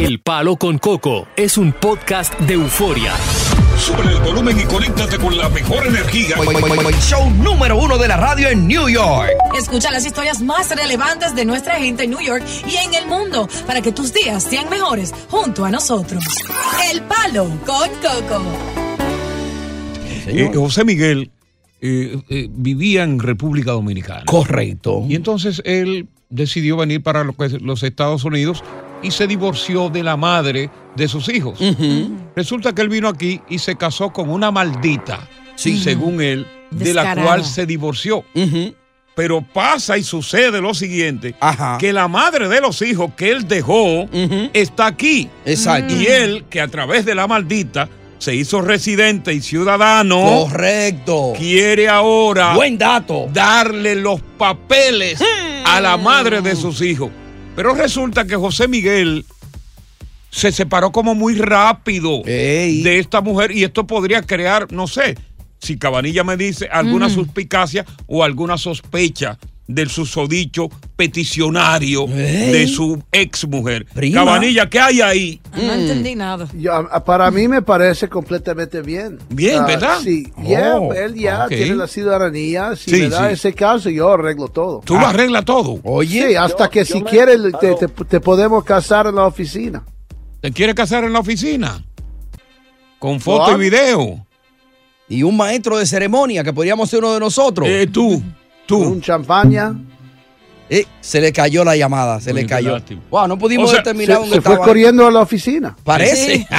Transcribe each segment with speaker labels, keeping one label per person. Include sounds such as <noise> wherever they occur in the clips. Speaker 1: El Palo con Coco es un podcast de euforia.
Speaker 2: Sube el volumen y conéctate con la mejor energía.
Speaker 3: Show número uno de la radio en New York.
Speaker 4: Escucha las historias más relevantes de nuestra gente en New York y en el mundo para que tus días sean mejores junto a nosotros. El Palo con Coco.
Speaker 5: Eh, José Miguel eh, eh, vivía en República Dominicana.
Speaker 3: Correcto.
Speaker 5: Y entonces él decidió venir para lo que es los Estados Unidos y se divorció de la madre de sus hijos. Resulta que él vino aquí y se casó con una maldita, según él, de la
Speaker 4: Descarada.
Speaker 5: cual se divorció. Pero pasa y sucede lo siguiente,
Speaker 3: Ajá.
Speaker 5: que la madre de los hijos que él dejó está aquí.
Speaker 3: Exacto.
Speaker 5: Y él, que a través de la maldita se hizo residente y ciudadano,
Speaker 3: Correcto.
Speaker 5: quiere ahora
Speaker 3: Buen dato. Hmm.
Speaker 5: darle los papeles a la madre de sus hijos. Pero resulta que José Miguel se separó como muy rápido
Speaker 3: Ey.
Speaker 5: de esta mujer y esto podría crear, no sé, si Cabanilla me dice,
Speaker 3: Hmm.
Speaker 5: alguna suspicacia o alguna sospecha del susodicho peticionario
Speaker 3: Ey.
Speaker 5: de su ex mujer.
Speaker 3: Prima. Hmm.
Speaker 5: Cabanilla, ¿qué hay ahí?
Speaker 4: Ah, No entendí nada.
Speaker 6: Mm. Yo- a- a- para mí me parece completamente bien.
Speaker 5: Bien,
Speaker 6: Ah,
Speaker 5: ¿verdad?
Speaker 6: Sí,
Speaker 5: Oh,
Speaker 6: Yeah, él ya
Speaker 5: ok.
Speaker 6: tiene la ciudadanía. Si
Speaker 5: Sí,
Speaker 6: me da
Speaker 5: sí.
Speaker 6: ese caso, yo arreglo todo. Ah.
Speaker 5: Tú lo arreglas todo.
Speaker 6: Oye, hasta que si quieres te, te- te podemos casar en la oficina.
Speaker 5: ¿Te quiere casar en la oficina? Con foto y
Speaker 6: Claro.
Speaker 5: video.
Speaker 3: Y un maestro de ceremonia que podríamos ser uno de nosotros.
Speaker 5: Eh, tú,
Speaker 6: con
Speaker 5: tú.
Speaker 6: Un champaña.
Speaker 3: Eh, se le cayó la llamada, se
Speaker 5: Oye,
Speaker 3: le
Speaker 5: qué
Speaker 3: cayó.
Speaker 5: lástima.
Speaker 3: Wow, no pudimos
Speaker 5: O sea,
Speaker 6: Se,
Speaker 3: determinar dónde
Speaker 6: se fue
Speaker 3: estaba.
Speaker 6: corriendo a la oficina.
Speaker 3: Parece.
Speaker 5: <laughs>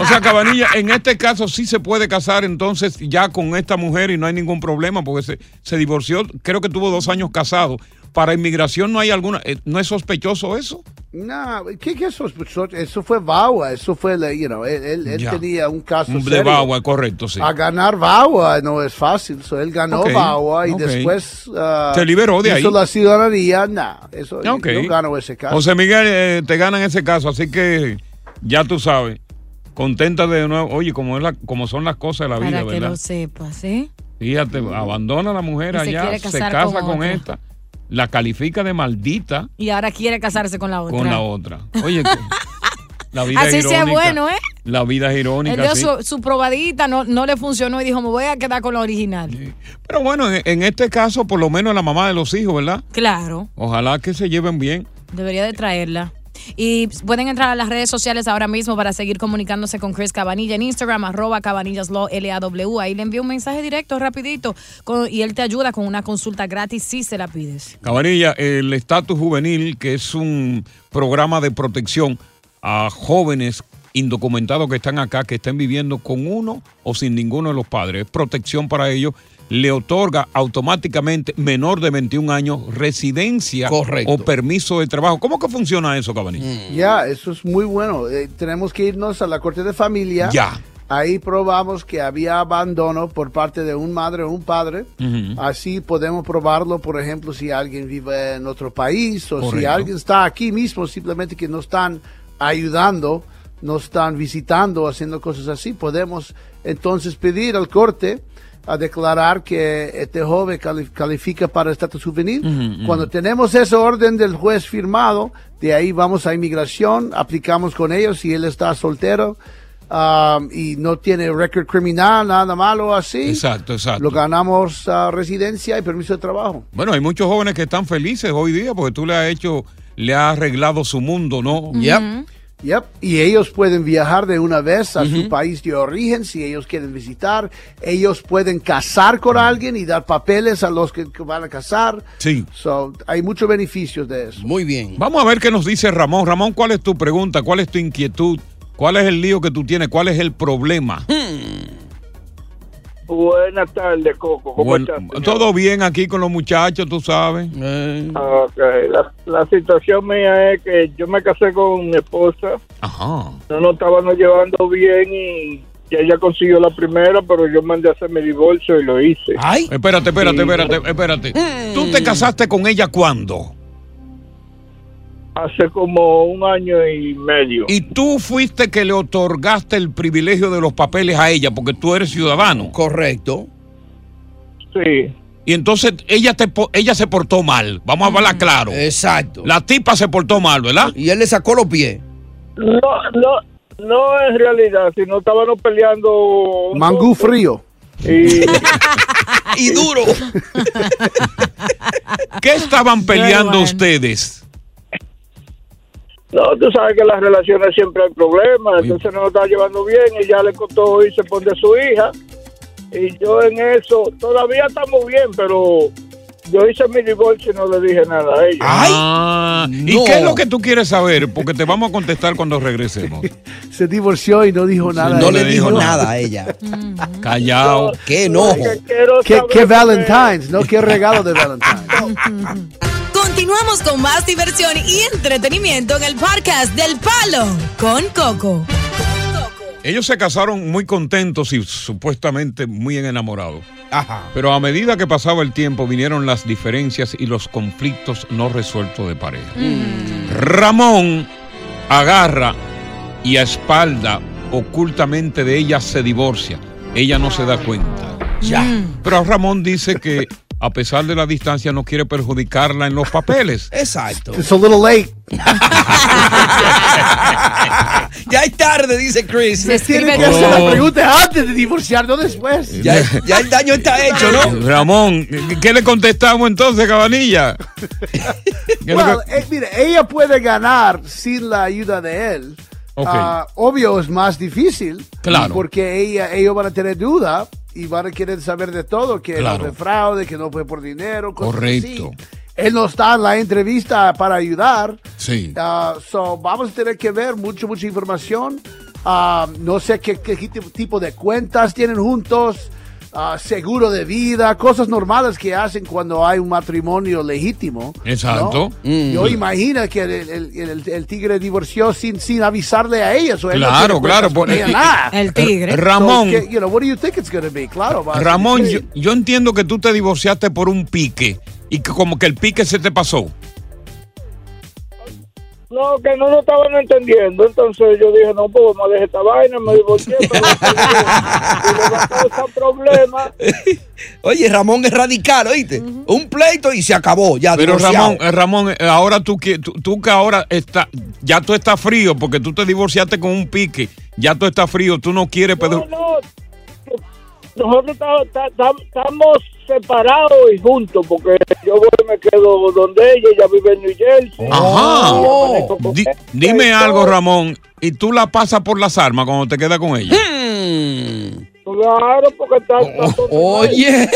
Speaker 5: O sea, Cabanilla, en este caso sí se puede casar entonces ya con esta mujer y no hay ningún problema porque se, se divorció, creo que tuvo dos años casado. Para inmigración no hay alguna, eh, ¿no es sospechoso eso?
Speaker 6: No, ¿qué, qué eso? Eso fue Bagua, eso fue, la- you know, él, él- él
Speaker 5: Ya.
Speaker 6: tenía un caso
Speaker 5: De
Speaker 6: Ah, serio. Ah,
Speaker 5: Bagua, correcto, sí.
Speaker 6: A ganar Bagua no es fácil. So, él ganó
Speaker 5: Ok,
Speaker 6: Bagua y
Speaker 5: ok.
Speaker 6: después ah,
Speaker 5: Se liberó de
Speaker 6: hizo
Speaker 5: ahí.
Speaker 6: la ciudadanía. Nah, eso
Speaker 5: Ok.
Speaker 6: yo gano ese caso.
Speaker 5: José Miguel, eh, te ganan ese caso, así que ya tú sabes. Contenta de nuevo. Oye, como, es la, como son las cosas de la vida,
Speaker 4: Para que
Speaker 5: ¿verdad?
Speaker 4: lo sepas, ¿eh?
Speaker 5: Fíjate, abandona a la mujer
Speaker 4: Y se
Speaker 5: allá,
Speaker 4: quiere
Speaker 5: se,
Speaker 4: casar
Speaker 5: casa
Speaker 4: con
Speaker 5: con,
Speaker 4: otra.
Speaker 5: esta, la califica de maldita
Speaker 4: Y ahora quiere casarse con la otra.
Speaker 5: con la otra.
Speaker 4: <laughs>
Speaker 5: Oye, la vida
Speaker 4: Así
Speaker 5: es
Speaker 4: sea
Speaker 5: irónica.
Speaker 4: bueno, ¿eh?
Speaker 5: La vida es
Speaker 4: Él
Speaker 5: irónica.
Speaker 4: dio
Speaker 5: sí.
Speaker 4: su, su probadita, no, no le funcionó y dijo, me voy a quedar con la original.
Speaker 5: Pero bueno, en, en este caso, por lo menos la mamá de los hijos, ¿verdad?
Speaker 4: Claro.
Speaker 5: Ojalá que se lleven bien.
Speaker 4: Debería de traerla. Y pueden entrar a las redes sociales ahora mismo para seguir comunicándose con Chris Cabanilla en Instagram, arroba cabanillaslaw, L-A-W. Ahí le envía un mensaje directo, rapidito, con- y él te ayuda con una consulta gratis si se la pides.
Speaker 5: Cabanilla, el estatus juvenil, que es un programa de protección a jóvenes indocumentados que están acá, que estén viviendo con uno o sin ninguno de los padres. Es protección para ellos. Le otorga automáticamente menor de 21 años residencia
Speaker 3: Correcto.
Speaker 5: o permiso de trabajo. ¿Cómo que funciona eso, Cabanilla?
Speaker 6: Ya, eso es muy bueno. Eh, tenemos que irnos a la corte de familia.
Speaker 5: Ya.
Speaker 6: Ahí probamos que había abandono por parte de un madre o un padre. Así podemos probarlo, por ejemplo, si alguien vive en otro país o si
Speaker 5: Correcto.
Speaker 6: alguien está aquí mismo, simplemente que nos están ayudando, nos están visitando, haciendo cosas así. Podemos entonces pedir al corte a declarar que este joven cali- califica para estatus juvenil.
Speaker 5: Ujú, ujú.
Speaker 6: Cuando tenemos ese orden del juez firmado, de ahí vamos a inmigración, aplicamos con ellos si él está soltero um, y no tiene récord criminal, nada malo así.
Speaker 5: Exacto, exacto.
Speaker 6: Lo ganamos a residencia y permiso de trabajo.
Speaker 5: Bueno, hay muchos jóvenes que están felices hoy día porque tú le has hecho, le has arreglado su mundo, ¿no?
Speaker 6: Yep. Y ellos pueden viajar de una vez a su país de origen si ellos quieren visitar. Ellos pueden casar con alguien y dar papeles a los que, que van a casar.
Speaker 5: Sí.
Speaker 6: So, hay muchos beneficios de eso.
Speaker 3: Muy bien.
Speaker 5: Vamos a ver qué nos dice Ramón. Ramón, ¿cuál es tu pregunta? ¿Cuál es tu inquietud? ¿Cuál es el lío que tú tienes? ¿Cuál es el problema?
Speaker 3: Hmm.
Speaker 7: Buenas tardes, Coco. ¿Cómo
Speaker 5: Bueno,
Speaker 7: estás? señor?
Speaker 5: todo bien aquí con los muchachos, tú sabes.
Speaker 3: Eh.
Speaker 7: Ok, La, la situación mía es que yo me casé con mi esposa.
Speaker 5: Ajá.
Speaker 7: No nos estábamos llevando bien y ya ella consiguió la primera, pero yo mandé a hacer mi divorcio y lo hice.
Speaker 3: Ay.
Speaker 5: Espérate, espérate, espérate, espérate.
Speaker 3: Hmm.
Speaker 5: ¿Tú te casaste con ella cuándo?
Speaker 7: Hace como un año y medio.
Speaker 5: Y tú fuiste que le otorgaste el privilegio de los papeles a ella porque tú eres ciudadano.
Speaker 3: Correcto.
Speaker 7: Sí.
Speaker 5: Y entonces ella te po- ella se portó mal. Vamos a hablar claro.
Speaker 3: Mm. Exacto.
Speaker 5: La tipa se portó mal, ¿verdad?
Speaker 3: Y él le sacó los pies.
Speaker 7: No, no, no en realidad, si no estábamos peleando.
Speaker 6: Mangú frío.
Speaker 7: Y,
Speaker 3: <laughs> y duro.
Speaker 5: ¿Qué estaban peleando ustedes?
Speaker 7: No, tú sabes que en las relaciones siempre hay problemas, entonces no nos está llevando bien y ya le costó irse por de su hija. Y yo en eso, todavía estamos bien, pero yo hice mi divorcio y no le dije nada a ella.
Speaker 5: Ah, ¿Y qué es lo que tú quieres saber? Porque te vamos a contestar cuando regresemos.
Speaker 6: Se divorció y no dijo nada.
Speaker 5: no
Speaker 6: a
Speaker 5: le
Speaker 6: ella.
Speaker 5: dijo nada
Speaker 3: a
Speaker 6: <laughs>
Speaker 3: ella.
Speaker 5: Callao.
Speaker 3: Qué
Speaker 6: ¿Qué, qué Valentine's, ¿no? Qué regalo de Valentine's.
Speaker 4: <laughs> Continuamos con más diversión y entretenimiento en el podcast del Palo con Coco.
Speaker 5: Ellos se casaron muy contentos y supuestamente muy enamorados.
Speaker 3: Ajá.
Speaker 5: Pero a medida que pasaba el tiempo vinieron las diferencias y los conflictos no resueltos de pareja. Mm. Ramón agarra y a espalda ocultamente de ella se divorcia. Ella no se da cuenta.
Speaker 3: Ya.
Speaker 5: Pero Ramón dice que a pesar de la distancia no quiere perjudicarla en los papeles.
Speaker 3: Exacto.
Speaker 6: It's a little late.
Speaker 3: <laughs> Ya es tarde, dice Chris.
Speaker 6: Tiene que hacer la pregunta antes de divorciar, no después.
Speaker 3: Ya, ya el
Speaker 5: <laughs>
Speaker 3: daño está hecho, ¿no?
Speaker 5: Ramón, ¿qué le contestamos entonces, Cabanilla? ¿Qué es lo que-
Speaker 6: Well, eh, mira, ella puede ganar sin la ayuda de él.
Speaker 5: Ok.
Speaker 6: Ah, obvio es más difícil.
Speaker 5: Claro.
Speaker 6: Porque ella, ellos van a tener duda y van a querer saber de todo, que
Speaker 5: Claro.
Speaker 6: no fue fraude, que no fue por dinero, cosas
Speaker 5: Correcto.
Speaker 6: así. Él no está en la entrevista para ayudar.
Speaker 5: Sí.
Speaker 6: Ah, so, vamos a tener que ver mucha, mucha información. Ah, no sé qué, qué ti- tipo de cuentas tienen juntos, ah, seguro de vida, cosas normales que hacen cuando hay un matrimonio legítimo. ¿no?
Speaker 5: Exacto. Mm.
Speaker 6: Yo imagino que el, el- el- el tigre divorció sin, sin avisarle a ella. so él no
Speaker 5: Claro,
Speaker 6: tiene
Speaker 5: claro, pues,
Speaker 6: cuentas con
Speaker 5: porque-
Speaker 6: ella, nada.
Speaker 5: El tigre. Ramón.
Speaker 6: So, que, you know, what do you think it's gonna be? Claro, va a ser
Speaker 5: Ramón, yo,
Speaker 6: difícil.
Speaker 5: yo entiendo que tú te divorciaste por un pique y que como que el pique se te pasó.
Speaker 7: No, que no lo estaban entendiendo, entonces yo dije, no, pues vamos a dejar esta vaina, me divorcié, pero
Speaker 3: Oye, Ramón es radical, ¿oíste? Un pleito y se acabó, ya.
Speaker 5: Pero
Speaker 3: divorciado.
Speaker 5: Ramón, eh, Ramón, eh, ahora tú que tú, tú que ahora está, ya tú estás frío porque tú te divorciaste con un pique, ya tú estás frío, tú no quieres pero
Speaker 7: no, nosotros ta- ta- ta- estamos separados y juntos, porque yo voy y me quedo donde ella, ella vive en New Jersey.
Speaker 5: Ajá.
Speaker 7: Y amanezco con-
Speaker 5: Di- dime algo, Ramón, y tú la pasas por las armas cuando te quedas con ella.
Speaker 3: Hmm.
Speaker 5: eh.
Speaker 7: Claro, porque está...
Speaker 3: Oh, Oye.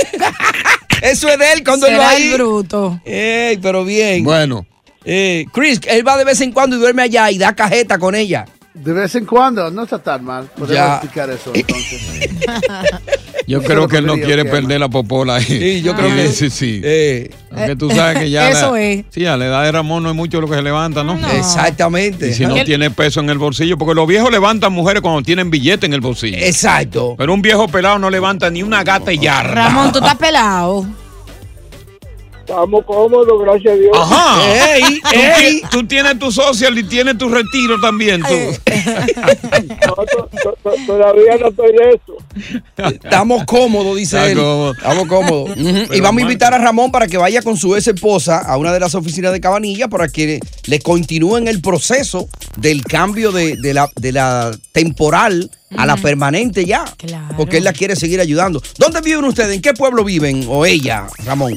Speaker 3: <laughs> Eso es de él cuando él va
Speaker 4: Será
Speaker 3: ahí.
Speaker 4: el bruto.
Speaker 3: Ey, pero bien.
Speaker 5: Bueno.
Speaker 3: Eh, Chris, él va de vez en cuando y duerme allá y da cajeta con ella.
Speaker 6: De vez en cuando, no está tan mal. Podemos
Speaker 5: Ya.
Speaker 6: explicar eso entonces.
Speaker 5: <laughs> Yo
Speaker 6: Eso
Speaker 5: creo
Speaker 6: lo
Speaker 5: que él no
Speaker 6: pondría,
Speaker 5: quiere
Speaker 6: ok,
Speaker 5: perder la popola ahí. Sí,
Speaker 6: yo creo que-
Speaker 5: Sí, sí. Aunque tú sabes que ya.
Speaker 4: Eso
Speaker 5: la,
Speaker 4: es.
Speaker 5: Sí, a la edad de Ramón no es mucho lo que se levanta, ¿no?
Speaker 3: Exactamente.
Speaker 5: Y si no
Speaker 3: Él-
Speaker 5: tiene peso en el bolsillo, porque los viejos levantan mujeres cuando tienen billete en el bolsillo.
Speaker 3: Exacto.
Speaker 5: Pero un viejo pelado no levanta ni una gata y yarda.
Speaker 4: Ramón, tú estás pelado.
Speaker 8: Estamos cómodos, gracias a Dios.
Speaker 5: Ajá. tú, ti- tú tienes tu social y tienes tu retiro también, tú.
Speaker 8: Todavía no estoy de eso.
Speaker 3: Estamos cómodos, dice
Speaker 5: Está
Speaker 3: él.
Speaker 5: cómodo.
Speaker 3: Estamos cómodos. Ujú. y vamos a invitar a Ramón para que vaya con su ex esposa a una de las oficinas de Cabanilla para que le, le continúen el proceso del cambio de, de la, de la temporal a la permanente ya. Porque él la quiere seguir ayudando. ¿Dónde viven ustedes? ¿En qué pueblo viven? O ella, Ramón.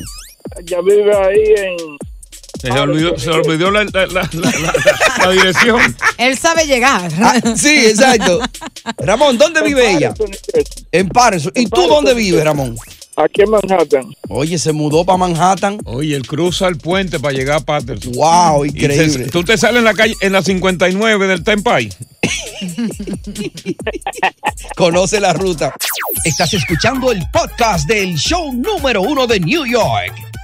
Speaker 8: Ya vive ahí en.
Speaker 5: Se le olvidó, se le olvidó la, la- la- la- la- la dirección.
Speaker 4: Él sabe llegar.
Speaker 3: Ah, sí, exacto. Ramón, ¿dónde vive ella? En Patterson. ¿Y tú dónde vives, Ramón?
Speaker 8: Aquí en Manhattan.
Speaker 3: Oye, se mudó para Manhattan.
Speaker 5: Oye, él cruza el puente para llegar a Patterson.
Speaker 3: Wow,
Speaker 5: Y se-
Speaker 3: increíble.
Speaker 5: tú te sales en la calle, en la 59 del Tempai.
Speaker 3: Conoce la ruta. Estás escuchando el podcast del show número uno de New York,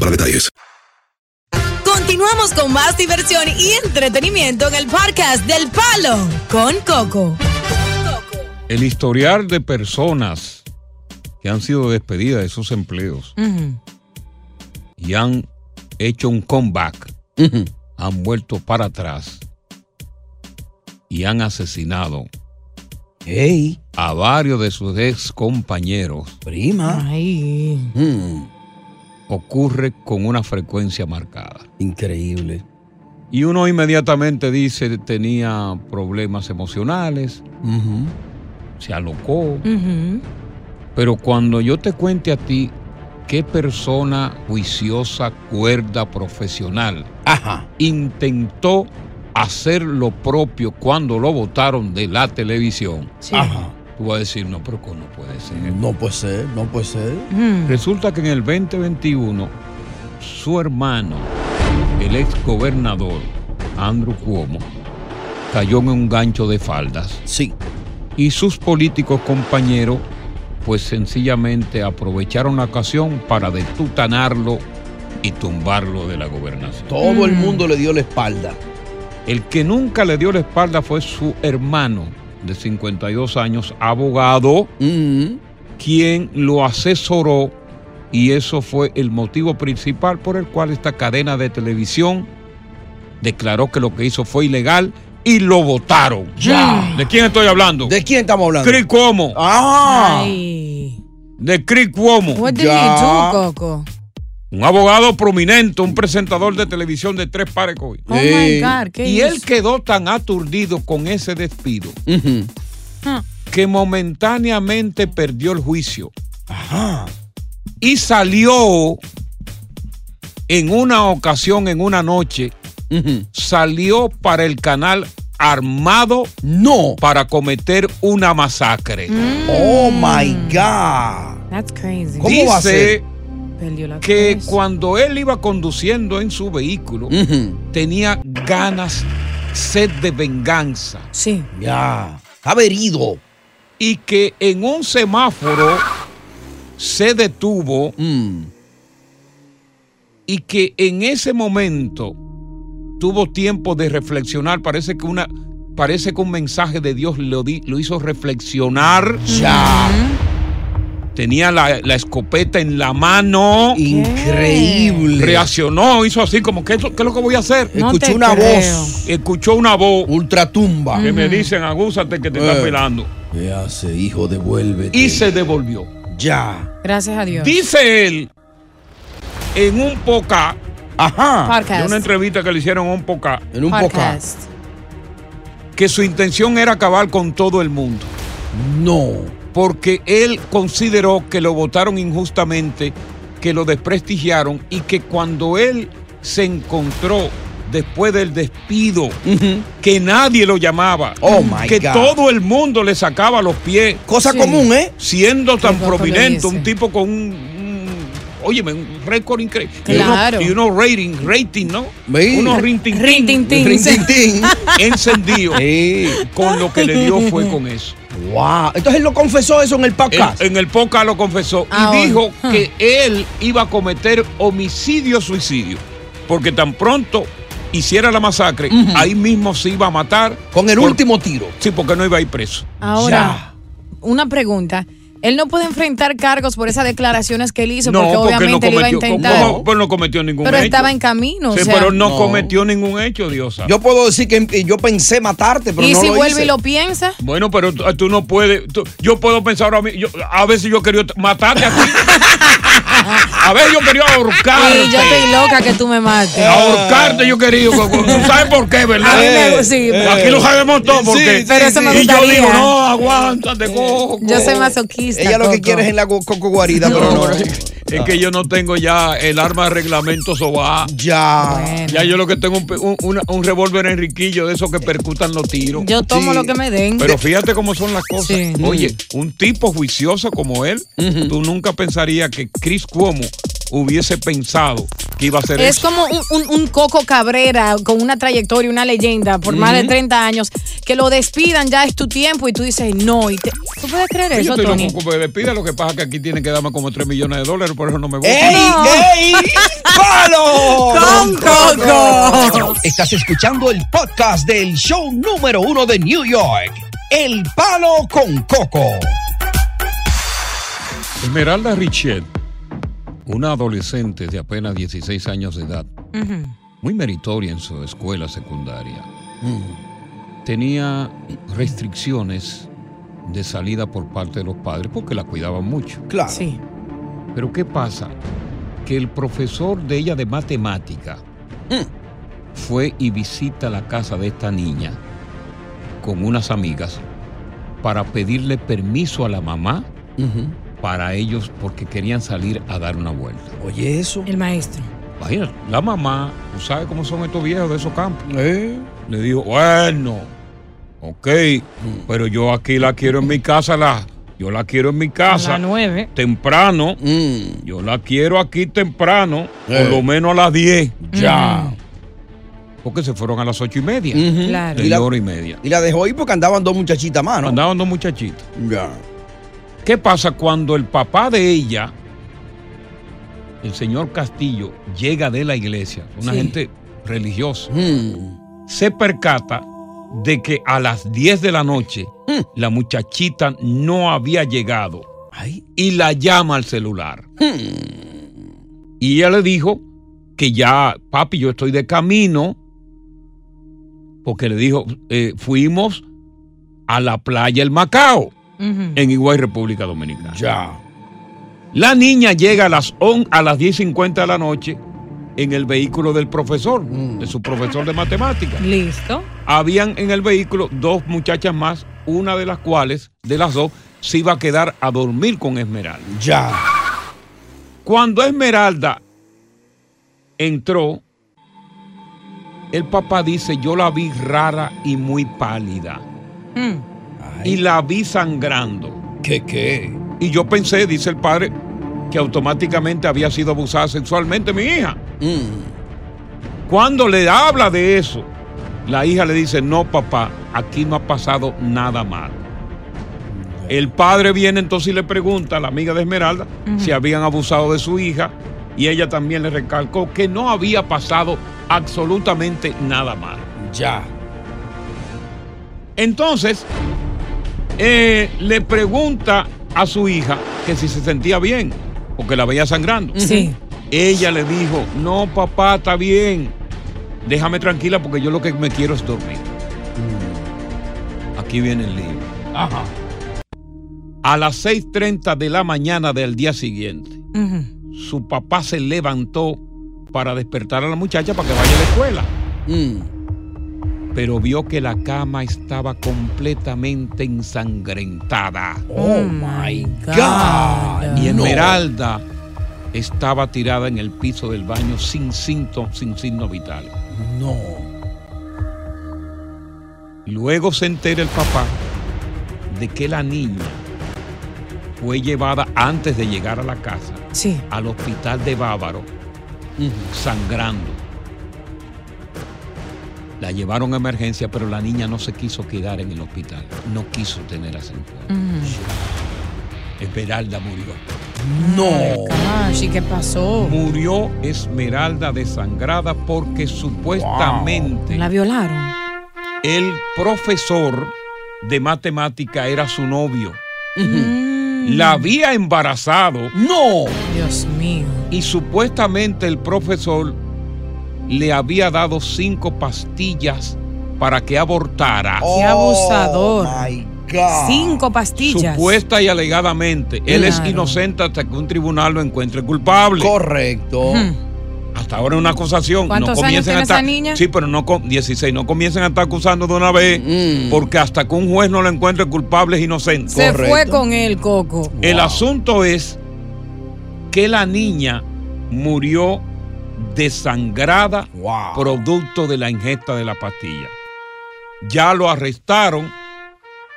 Speaker 9: para detalles.
Speaker 4: Continuamos con más diversión y entretenimiento en el podcast del Palo con Coco.
Speaker 5: El historial de personas que han sido despedidas de sus empleos y han hecho un comeback, han vuelto para atrás y han asesinado a varios de sus ex compañeros.
Speaker 3: Prima. Mm.
Speaker 5: Ocurre con una frecuencia marcada.
Speaker 3: Increíble.
Speaker 5: Y uno inmediatamente dice tenía problemas emocionales, se alocó. Pero cuando yo te cuente a ti qué persona juiciosa, cuerda, profesional, intentó hacer lo propio cuando lo votaron de la televisión, tú vas a decir, no, pero ¿cómo no puede ser?
Speaker 3: No puede ser, no puede ser.
Speaker 5: Resulta que en el 2021, su hermano, el ex gobernador Andrew Cuomo, cayó en un gancho de faldas.
Speaker 3: Sí.
Speaker 5: Y sus políticos compañeros, pues sencillamente aprovecharon la ocasión para detutanarlo y tumbarlo de la gobernación.
Speaker 3: Todo el mundo le dio la espalda.
Speaker 5: El que nunca le dio la espalda fue su hermano de 52 años, abogado,
Speaker 3: Mm.
Speaker 5: quien lo asesoró y eso fue el motivo principal por el cual esta cadena de televisión declaró que lo que hizo fue ilegal y lo votaron.
Speaker 3: Ya.
Speaker 5: ¿De quién estoy hablando?
Speaker 3: ¿De quién estamos hablando?
Speaker 5: Cris Cuomo.
Speaker 3: Ah.
Speaker 5: De Cris Cuomo.
Speaker 4: What did you do, Coco?
Speaker 5: Un abogado prominente, un presentador de televisión de tres pares hoy.
Speaker 4: Oh, my God, ¿qué
Speaker 5: y
Speaker 4: hizo?
Speaker 5: él quedó tan aturdido con ese despido que momentáneamente perdió el juicio. Y salió en una ocasión, en una noche, salió para el canal armado
Speaker 3: no
Speaker 5: para cometer una masacre.
Speaker 3: Oh my
Speaker 4: Mm.
Speaker 3: God.
Speaker 4: That's crazy.
Speaker 5: Dice
Speaker 4: Perdió la
Speaker 5: que
Speaker 4: cabeza.
Speaker 5: cuando él iba conduciendo en su vehículo, tenía ganas, sed de venganza.
Speaker 4: Sí.
Speaker 3: Ya. Estaba herido.
Speaker 5: Y que en un semáforo se detuvo
Speaker 3: Mm.
Speaker 5: y que en ese momento tuvo tiempo de reflexionar. Parece que una. Parece que un mensaje de Dios lo, di- lo hizo reflexionar.
Speaker 3: Ya.
Speaker 5: Tenía la, la escopeta en la mano.
Speaker 3: Increíble.
Speaker 5: Reaccionó, hizo así como, ¿qué, es lo- qué es lo que voy a hacer?
Speaker 3: No Escuchó te una creo. voz.
Speaker 5: Escuchó una voz.
Speaker 3: Ultratumba.
Speaker 5: Que me dicen, agúzate que te está
Speaker 3: Eh.
Speaker 5: pelando.
Speaker 3: ¿Qué hace, hijo? Devuélvete.
Speaker 5: Y se devolvió.
Speaker 3: Ya.
Speaker 4: Gracias a Dios.
Speaker 5: Dice él en un poca.
Speaker 3: Ajá.
Speaker 4: Podcast.
Speaker 5: De una entrevista que le hicieron a un poca.
Speaker 3: En
Speaker 4: Podcast.
Speaker 5: Que su intención era acabar con todo el mundo.
Speaker 3: No.
Speaker 5: Porque él consideró que lo votaron injustamente, que lo desprestigiaron y que cuando él se encontró después del despido, que nadie lo llamaba,
Speaker 3: Oh, my
Speaker 5: que
Speaker 3: God.
Speaker 5: todo el mundo le sacaba los pies.
Speaker 3: Cosa Sí. común, ¿eh?
Speaker 5: Siendo tan
Speaker 3: poco lo
Speaker 5: prominente, un
Speaker 3: dice.
Speaker 5: tipo con un, un- óyeme, un récord increíble.
Speaker 4: Claro.
Speaker 5: Y unos rating, rating, ¿no?
Speaker 3: Sí.
Speaker 5: Unos rating
Speaker 4: Rintintín.
Speaker 5: <laughs>
Speaker 3: <laughs>
Speaker 5: encendido. Con lo que le dio fue con eso.
Speaker 3: Wow. Entonces él lo confesó eso en el podcast.
Speaker 5: En, en el podcast lo confesó
Speaker 3: Ah,
Speaker 5: y dijo
Speaker 3: ah.
Speaker 5: que él iba a cometer homicidio-suicidio, porque tan pronto hiciera la masacre, ahí mismo se iba a matar.
Speaker 3: Con el último tiro.
Speaker 5: Sí, porque no iba a ir preso.
Speaker 4: <laughs> Ahora, una pregunta. Él no puede enfrentar cargos por esas declaraciones que él hizo, porque obviamente él iba a intentar.
Speaker 5: no, pues no cometió ningún
Speaker 4: Pero
Speaker 5: hecho.
Speaker 4: estaba en camino.
Speaker 5: Sí,
Speaker 4: o sea,
Speaker 5: pero no, cometió ningún hecho, Diosa.
Speaker 3: Yo puedo decir que que yo pensé matarte, pero
Speaker 4: y
Speaker 3: no
Speaker 4: si
Speaker 3: lo
Speaker 4: vuelve
Speaker 3: hice.
Speaker 4: y lo piensa,
Speaker 5: Bueno, pero tú, tú no puedes. tú- yo puedo pensar a mí. Yo, a veces yo quería matarte
Speaker 4: <laughs>
Speaker 5: a ti. a veces yo quería ahorcarte. Eh,
Speaker 4: y yo estoy loca que tú me mates.
Speaker 5: Ahorcarte yo quería. co- co- Tú sabes por qué, ¿verdad?
Speaker 4: Eh.
Speaker 5: Eh.
Speaker 4: A mí me gusta, sí.
Speaker 5: Aquí lo sabemos todo.
Speaker 4: Sí,
Speaker 5: Porque,
Speaker 4: sí, Pero eso sí. me
Speaker 5: y yo
Speaker 4: gustaría.
Speaker 5: digo, no, aguántate, cojo.
Speaker 4: Eh, Yo soy masoquista.
Speaker 3: Ella lo que
Speaker 4: Coco.
Speaker 3: quiere es en la go- coco guarida, pero no.
Speaker 4: Ah.
Speaker 5: Es que yo no tengo ya el arma de reglamento sobá.
Speaker 3: Ya.
Speaker 5: Ya yo lo que tengo es un, pe- un, una- un revólver enriquillo de esos que percutan los tiros.
Speaker 4: Yo tomo lo que me den.
Speaker 5: Pero fíjate cómo son las cosas.
Speaker 4: Sí.
Speaker 5: Oye, un tipo juicioso como él, tú nunca pensarías que Chris Cuomo hubiese pensado que iba a ser
Speaker 4: Es
Speaker 5: eso.
Speaker 4: como un, un- un Coco Cabrera con una trayectoria, una leyenda por más de
Speaker 5: Ujú.
Speaker 4: 30 años, que lo despidan, ya es tu tiempo y tú dices no. Y te- ¿Tú puedes creer
Speaker 5: Oye,
Speaker 4: eso,
Speaker 5: Pues estoy
Speaker 4: Tony?
Speaker 5: loco que me despida, lo que pasa es que aquí tienen que darme como 3 millones de dólares, por eso no me gusta.
Speaker 3: ¡Ey!
Speaker 5: No.
Speaker 3: ¡Ey! ¡Palo!
Speaker 4: Con Coco.
Speaker 3: Estás escuchando el podcast del show número uno de New York. El palo con coco.
Speaker 5: Esmeralda Richet, una adolescente de apenas 16 años de edad, muy meritoria en su escuela secundaria,
Speaker 3: Mm,
Speaker 5: tenía restricciones de salida por parte de los padres porque la cuidaban mucho.
Speaker 3: Claro.
Speaker 4: Sí.
Speaker 5: Pero ¿qué pasa? Que el profesor de ella de matemática fue y visita la casa de esta niña con unas amigas para pedirle permiso a la mamá para ellos porque querían salir a dar una vuelta.
Speaker 3: Oye, eso.
Speaker 4: El maestro.
Speaker 5: Imagínate, la mamá, tú sabes cómo son estos viejos de esos campos.
Speaker 3: Eh.
Speaker 5: Le dijo, bueno, ok,
Speaker 3: Mm.
Speaker 5: pero yo aquí la quiero en mi casa, la, yo la quiero en mi casa.
Speaker 4: A las nueve.
Speaker 5: Temprano.
Speaker 3: Mm.
Speaker 5: Yo la quiero aquí temprano, por lo menos a las 10.
Speaker 3: Eh. Ya.
Speaker 4: Mm.
Speaker 5: Porque se fueron a las ocho y media.
Speaker 3: Ujú. Claro.
Speaker 5: De
Speaker 3: Y la-
Speaker 5: hora y media.
Speaker 3: Y la dejó ahí porque andaban dos muchachitas más, ¿no?
Speaker 5: Andaban dos muchachitas.
Speaker 3: Ya.
Speaker 5: ¿Qué pasa cuando el papá de ella, el señor Castillo, llega de la iglesia? Una
Speaker 3: Sí.
Speaker 5: gente religiosa. Se percata de que a las 10 de la noche la muchachita no había llegado. Y la llama al celular. Y ella le dijo que ya, papi, yo estoy de camino. Porque le dijo, eh, fuimos a la playa El Macao en Higüey, República Dominicana.
Speaker 3: Ya.
Speaker 5: La niña llega a las, on- a las 10.50 de la noche en el vehículo del profesor, de su profesor de matemáticas.
Speaker 4: Listo.
Speaker 5: Habían en el vehículo dos muchachas más, una de las cuales, de las dos, se iba a quedar a dormir con Esmeralda.
Speaker 3: Ya.
Speaker 5: Cuando Esmeralda entró, el papá dice, yo la vi rara y muy pálida. Y la vi sangrando.
Speaker 10: ¿Qué qué?
Speaker 5: Y yo pensé, dice el padre, que automáticamente había sido abusada sexualmente mi hija.
Speaker 10: Mm.
Speaker 5: Cuando le habla de eso, la hija le dice, no papá, aquí no ha pasado nada malo.
Speaker 10: Mm.
Speaker 5: El padre viene entonces y le pregunta a la amiga de Esmeralda
Speaker 11: Ujú.
Speaker 5: si habían abusado de su hija y ella también le recalcó que no había pasado absolutamente nada malo.
Speaker 10: Ya.
Speaker 5: Entonces, eh, le pregunta a su hija que si se sentía bien, porque la veía sangrando.
Speaker 4: Sí.
Speaker 5: Ella le dijo, no papá, está bien, déjame tranquila porque yo lo que me quiero es dormir. Aquí viene el libro.
Speaker 10: Ajá.
Speaker 5: A las 6.30 de la mañana del día siguiente,
Speaker 10: Ujú.
Speaker 5: su papá se levantó para despertar a la muchacha para que vaya a la escuela.
Speaker 10: Mm.
Speaker 5: Pero vio que la cama estaba completamente ensangrentada.
Speaker 10: Oh my
Speaker 5: God. Y
Speaker 10: No.
Speaker 5: Esmeralda estaba tirada en el piso del baño sin síntomas, sin signos vitales.
Speaker 10: No.
Speaker 5: Luego se entera el papá de que la niña fue llevada antes de llegar a la casa al hospital de Bávaro, sangrando. La llevaron a emergencia, pero la niña no se quiso quedar en el hospital. No quiso tener acento. Esmeralda murió.
Speaker 4: No. ¿y qué pasó?
Speaker 5: Murió Esmeralda desangrada porque supuestamente
Speaker 4: La violaron.
Speaker 5: el profesor de matemática era su novio. La había embarazado.
Speaker 10: No.
Speaker 4: Mm. Dios mío.
Speaker 5: Y supuestamente el profesor le había dado cinco pastillas para que abortara.
Speaker 4: Qué abusador. Cinco pastillas.
Speaker 5: Supuesta y alegadamente. Él es
Speaker 4: Claro.
Speaker 5: inocente hasta que un tribunal lo encuentre culpable.
Speaker 3: Correcto.
Speaker 5: Hasta ahora es una acusación.
Speaker 4: ¿Cuántos
Speaker 5: no
Speaker 4: años
Speaker 5: comiencen
Speaker 4: tiene
Speaker 5: a estar-
Speaker 4: esa niña?
Speaker 5: Sí, pero no con 16. No comiencen a estar acusando de una vez. Porque hasta que un juez no lo encuentre culpable es inocente.
Speaker 4: Se fue con él, Coco.
Speaker 5: El asunto es que la niña murió desangrada producto de la ingesta de la pastilla. Ya lo arrestaron,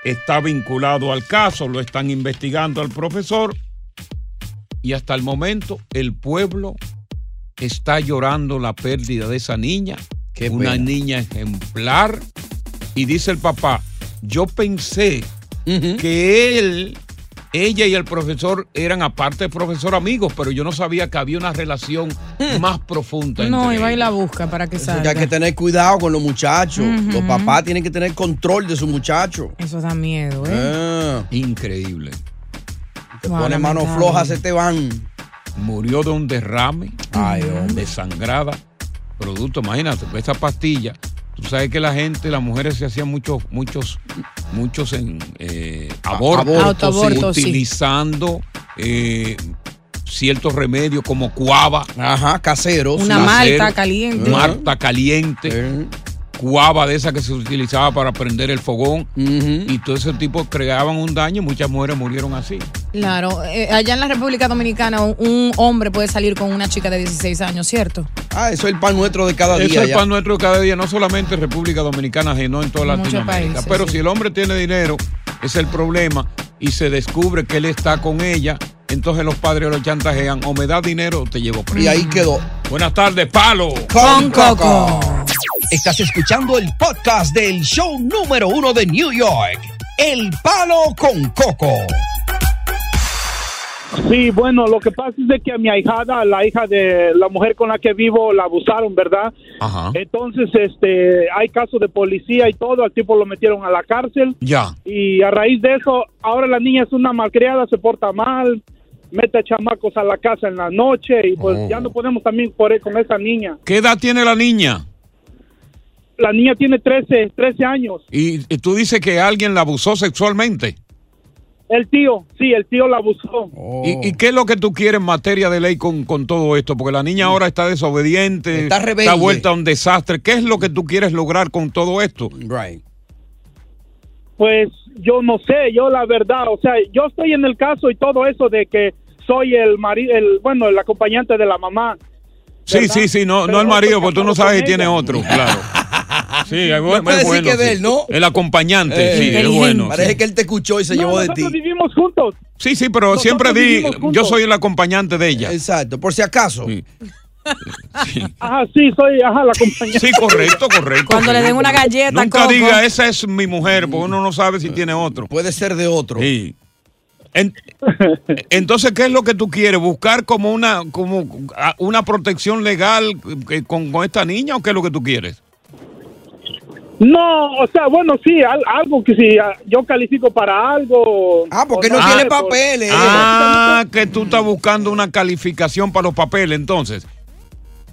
Speaker 5: está vinculado al caso, lo están investigando al profesor y hasta el momento el pueblo está llorando la pérdida de esa niña, una
Speaker 10: pena.
Speaker 5: niña ejemplar y dice el papá, yo pensé que él, ella y el profesor eran aparte de profesor amigos, pero yo no sabía que había una relación más profunda entre
Speaker 4: No, y va y
Speaker 5: ellos.
Speaker 4: la busca para que
Speaker 3: Hay
Speaker 4: salga.
Speaker 3: que tener cuidado con los muchachos. Los papás tienen que tener control de sus muchachos.
Speaker 4: Eso da miedo, ¿eh?
Speaker 3: Ah,
Speaker 5: Increíble.
Speaker 3: te pone manos flojas, se te van.
Speaker 5: Murió de un derrame, desangrada, producto, imagínate, pues, esa pastilla. Tú sabes que la gente, las mujeres se hacían muchos, muchos, muchos en, eh, abortos,
Speaker 10: abortos, sí. Autoabortos, sí.
Speaker 5: utilizando eh, ciertos remedios como cuava.
Speaker 3: Ajá, caseros.
Speaker 4: Una malta caliente.
Speaker 5: Marta caliente. Cuava de esa que se utilizaba para prender el fogón. Y todo ese tipo creaban un daño y muchas mujeres murieron así.
Speaker 4: Claro, eh, allá en la República Dominicana un- un hombre puede salir con una chica de 16 años, ¿cierto?
Speaker 3: Ah, eso es el pan nuestro de cada
Speaker 5: Eso
Speaker 3: día.
Speaker 5: es
Speaker 3: ya.
Speaker 5: pan nuestro de cada día, no solamente en República Dominicana, sino en toda
Speaker 3: Muchos
Speaker 5: Latinoamérica.
Speaker 3: países,
Speaker 5: Pero si el hombre tiene dinero, es el problema, y se descubre que él está con ella, entonces los padres lo chantajean, o me das dinero o te llevo preso.
Speaker 3: Y ahí quedó.
Speaker 5: Buenas tardes, palo.
Speaker 3: Con Coco. Estás escuchando el podcast del show número uno de New York. El palo con Coco.
Speaker 7: Sí, bueno, lo que pasa es de que a mi ahijada, la hija de la mujer con la que vivo, la abusaron, ¿verdad?
Speaker 5: Ajá.
Speaker 7: Entonces, este, hay casos de policía y todo, al tipo lo metieron a la cárcel.
Speaker 5: Ya.
Speaker 7: Y a raíz de eso, ahora la niña es una malcriada, se porta mal, mete chamacos a la casa en la noche y pues ya
Speaker 5: Oh.
Speaker 7: no podemos también por e, con esa niña.
Speaker 5: ¿Qué edad tiene la niña?
Speaker 7: La niña tiene 13, 13 años.
Speaker 5: Y, y tú dices que alguien la abusó sexualmente.
Speaker 7: El tío, sí, el tío la abusó.
Speaker 5: ¿Y, y qué es lo que tú quieres en materia de ley con, con todo esto? Porque la niña ahora está desobediente,
Speaker 7: Está rebelde.
Speaker 5: vuelta a un desastre. ¿Qué es lo que tú quieres lograr con todo esto?
Speaker 3: Right.
Speaker 7: Pues yo no sé, yo la verdad, o sea, yo estoy en el caso y todo eso de que soy el marido, el, bueno, el acompañante de la mamá,
Speaker 5: Sí, sí, sí, no, no el marido, porque tú no sabes que tiene
Speaker 3: <laughs>
Speaker 5: otro, claro. Sí, es bueno.
Speaker 3: puedes
Speaker 5: es
Speaker 3: decir
Speaker 5: bueno,
Speaker 3: que de
Speaker 5: sí.
Speaker 3: él, ¿no?
Speaker 5: El acompañante,
Speaker 3: Eh,
Speaker 5: sí, es bueno.
Speaker 3: Parece
Speaker 5: sí.
Speaker 3: que él te escuchó y se llevó de ti. Nosotros
Speaker 7: vivimos juntos.
Speaker 5: Sí, sí, pero siempre di, yo soy el acompañante de ella.
Speaker 3: Exacto, por si acaso.
Speaker 7: Ajá, sí, soy, ajá, la compañía.
Speaker 5: Sí, correcto, correcto.
Speaker 4: Cuando le den una galleta,
Speaker 5: Nunca
Speaker 4: Coco.
Speaker 5: diga, esa es mi mujer, porque uno no sabe si tiene otro.
Speaker 3: Puede ser de otro.
Speaker 5: Sí. En- entonces, ¿qué es lo que tú quieres? ¿Buscar como una, como a- una protección legal que- con, con esta niña o qué es lo que tú quieres?
Speaker 7: No, o sea, bueno, sí, al- algo que si ah, yo califico para algo. Ah, porque
Speaker 5: no tiene
Speaker 3: papeles.
Speaker 5: Ah, que tú estás buscando una calificación para los papeles, entonces.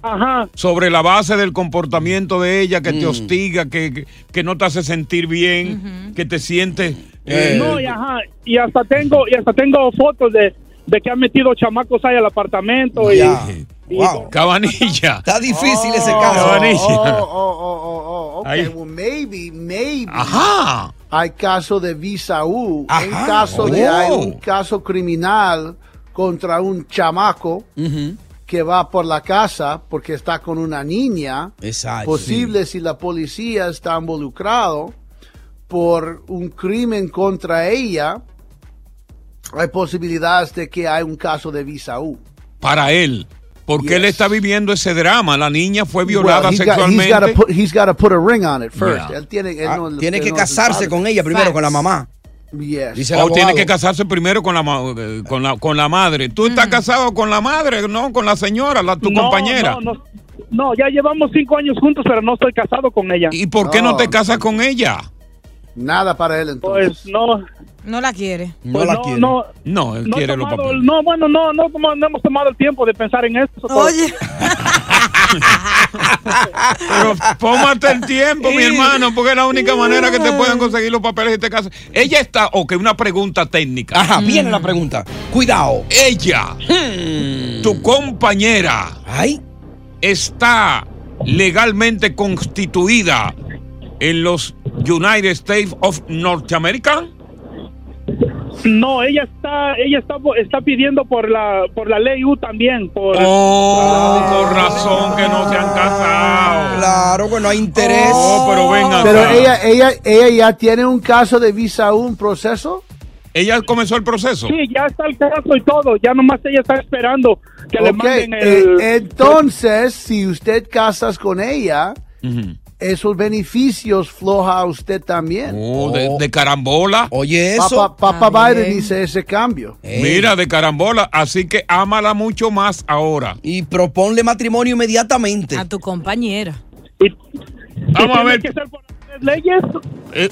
Speaker 7: Ajá.
Speaker 5: Sobre la base del comportamiento de ella, que te hostiga, que, que- que no te hace sentir bien, que te sientes... eh,
Speaker 7: No, y ajá, y hasta tengo, y hasta tengo fotos de, de que han metido chamacos ahí al apartamento y- Oh, y,
Speaker 5: Cabanilla. Está
Speaker 3: difícil
Speaker 6: ese
Speaker 5: caso.
Speaker 6: Oh, oh, oh, oh, oh, okay.
Speaker 5: Ahí.
Speaker 6: Well, maybe, maybe.
Speaker 5: Ajá.
Speaker 6: Hay caso de visa U. Hay
Speaker 3: Ajá.
Speaker 6: caso de
Speaker 3: Oh.
Speaker 6: hay un caso criminal contra un chamaco que va por la casa porque está con una niña.
Speaker 3: Exacto.
Speaker 6: Posible si la policía está involucrado por un crimen contra ella. Hay posibilidades de que hay un caso de visa U.
Speaker 5: para él. Porque él está viviendo ese drama. La niña fue
Speaker 6: Well,
Speaker 5: violada
Speaker 6: he's got- he's
Speaker 5: sexualmente.
Speaker 6: gotta put- he's gotta put a ring on it first.
Speaker 5: Yeah.
Speaker 6: Él tiene, él
Speaker 3: Ah,
Speaker 6: no-
Speaker 3: tiene
Speaker 6: él
Speaker 3: que
Speaker 6: no es
Speaker 3: casarse
Speaker 6: culpable.
Speaker 3: con ella primero, con la mamá.
Speaker 6: Yes.
Speaker 3: Dice el
Speaker 5: o tiene
Speaker 3: abogado.
Speaker 5: que casarse primero con la, ma- eh, con la, con la madre. Tú estás casado con la madre, no con la señora, la, tu
Speaker 7: No,
Speaker 5: compañera.
Speaker 7: No, no, no, ya llevamos cinco años juntos, pero no estoy casado con ella.
Speaker 5: ¿Y por qué no, te casas con ella?
Speaker 6: Nada para él entonces.
Speaker 7: Pues no.
Speaker 4: No la quiere.
Speaker 5: No
Speaker 7: Pues
Speaker 5: la quiere.
Speaker 7: No,
Speaker 5: No, él
Speaker 7: no he
Speaker 5: quiere los
Speaker 7: tomado-
Speaker 5: papeles.
Speaker 7: no, bueno, no, no, tomo- no hemos tomado el tiempo de pensar en esto.
Speaker 4: Oye.
Speaker 5: Pero pómate el tiempo,
Speaker 3: <laughs>
Speaker 5: mi hermano, porque es la única manera que te puedan conseguir los papeles y te casas. Ella está, ok, una pregunta técnica.
Speaker 3: Ajá, viene la pregunta. Cuidado. Hmm.
Speaker 5: Ella, tu compañera, está legalmente constituida en los United States of Norteamérica.
Speaker 7: No, ella está, ella está, está pidiendo por la, por la ley U también, por.
Speaker 5: Oh, por razón que no se han casado.
Speaker 3: Claro, bueno, hay interés.
Speaker 5: Oh, pero venga.
Speaker 6: Pero ella, ella, ella ya tiene un caso de visa U, un proceso.
Speaker 5: Ella comenzó el proceso.
Speaker 7: Sí, ya está el caso y todo. Ya nomás ella está esperando que le
Speaker 6: Ok,
Speaker 7: manden el.
Speaker 6: eh, entonces, si usted casas con ella, esos beneficios floja a usted también.
Speaker 5: Oh, de, de carambola.
Speaker 3: Oye, Eh.
Speaker 6: Papá, papá Biden dice ese cambio.
Speaker 5: Mira, de carambola. Así que ámala mucho más ahora.
Speaker 3: Y proponle matrimonio inmediatamente.
Speaker 4: A tu compañera.
Speaker 5: Vamos a ver.
Speaker 7: leyes?
Speaker 5: Eh,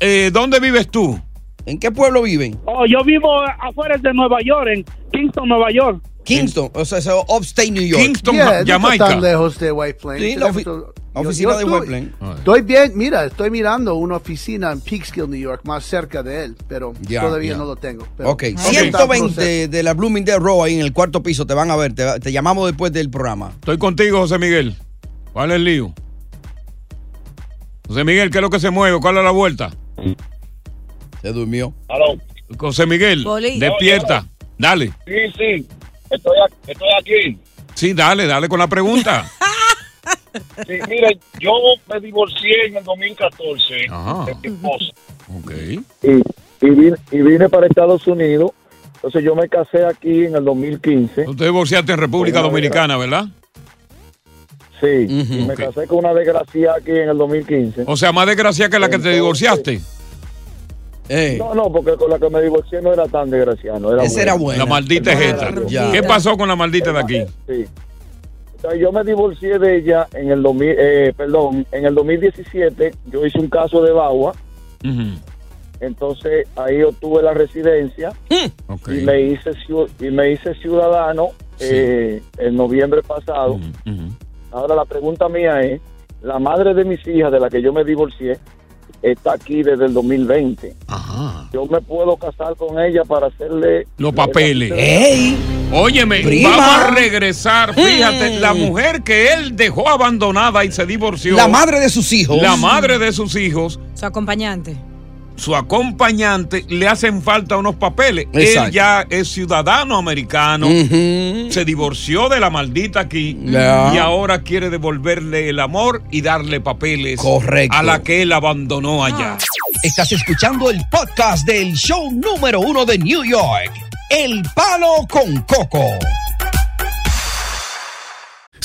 Speaker 5: eh, ¿Dónde vives tú?
Speaker 3: ¿En qué pueblo viven?
Speaker 7: Oh, yo vivo afuera de Nueva York, en Kingston, Nueva York.
Speaker 3: Kingston, o sea, es upstate New York.
Speaker 6: Yeah, No está tan lejos de White Plains.
Speaker 3: Sí, la ofi-
Speaker 6: Tenemos-
Speaker 3: la oficina de
Speaker 6: estoy-
Speaker 3: White Plains.
Speaker 6: Estoy bien, mira, estoy mirando una oficina en Peekskill, New York, más cerca de él, pero
Speaker 3: Ya,
Speaker 6: todavía
Speaker 3: ya.
Speaker 6: no lo tengo. pero
Speaker 3: Ok,
Speaker 6: está en
Speaker 3: 120
Speaker 6: proceso.
Speaker 3: de la Bloomingdale Row ahí en el cuarto piso, te van a ver, te, te llamamos después del programa.
Speaker 5: Estoy contigo, José Miguel. ¿Cuál es el lío? José Miguel, ¿qué es lo que se mueve? ¿Cuál es la vuelta?
Speaker 3: Se durmió.
Speaker 5: José Miguel,
Speaker 11: Boli.
Speaker 5: despierta. Dale.
Speaker 11: Sí, sí, estoy, a- estoy aquí.
Speaker 5: Sí, dale, dale con
Speaker 4: <laughs>
Speaker 5: la pregunta.
Speaker 11: Sí, mire, yo me divorcié en el 2014
Speaker 5: Ajá.
Speaker 11: de mi esposa.
Speaker 5: ok.
Speaker 11: Y, y vine, y vine para Estados Unidos. Entonces yo me casé aquí en el 2015.
Speaker 5: Tú te divorciaste en República Dominicana, ¿verdad?
Speaker 11: Sí, y me casé con una desgracia aquí en el 2015.
Speaker 5: O sea, más desgracia que la que te divorciaste.
Speaker 11: No, no, porque con la que me divorcié no era tan desgraciada. No era
Speaker 5: Esa era buena. La maldita es esta.
Speaker 11: Ya.
Speaker 5: ¿Qué pasó con la maldita de aquí?
Speaker 11: Entonces, yo me divorcié de ella en el 2000, eh, perdón, en el 2017. Yo hice un caso de Bagua. Entonces ahí obtuve la residencia y me hice ciu- y me hice ciudadano eh, en noviembre pasado. Ahora la pregunta mía es, la madre de mis hijas de la que yo me divorcié está aquí desde el 2020. Yo me puedo casar con ella para hacerle
Speaker 5: Los papeles.
Speaker 11: ¡Ey!
Speaker 5: Óyeme,
Speaker 11: Prima.
Speaker 5: vamos a regresar. Fíjate, la mujer que él dejó abandonada y se divorció.
Speaker 3: La madre de sus hijos.
Speaker 5: La madre de sus hijos
Speaker 4: Su acompañante.
Speaker 5: su acompañante, le hacen falta unos papeles.
Speaker 10: Exacto.
Speaker 5: Él ya es ciudadano americano, se divorció de la maldita aquí
Speaker 10: Ya.
Speaker 5: y ahora quiere devolverle el amor y darle papeles
Speaker 3: Correcto.
Speaker 5: a la que él abandonó allá.
Speaker 3: Estás escuchando el podcast del show número uno de New York, El Palo con Coco.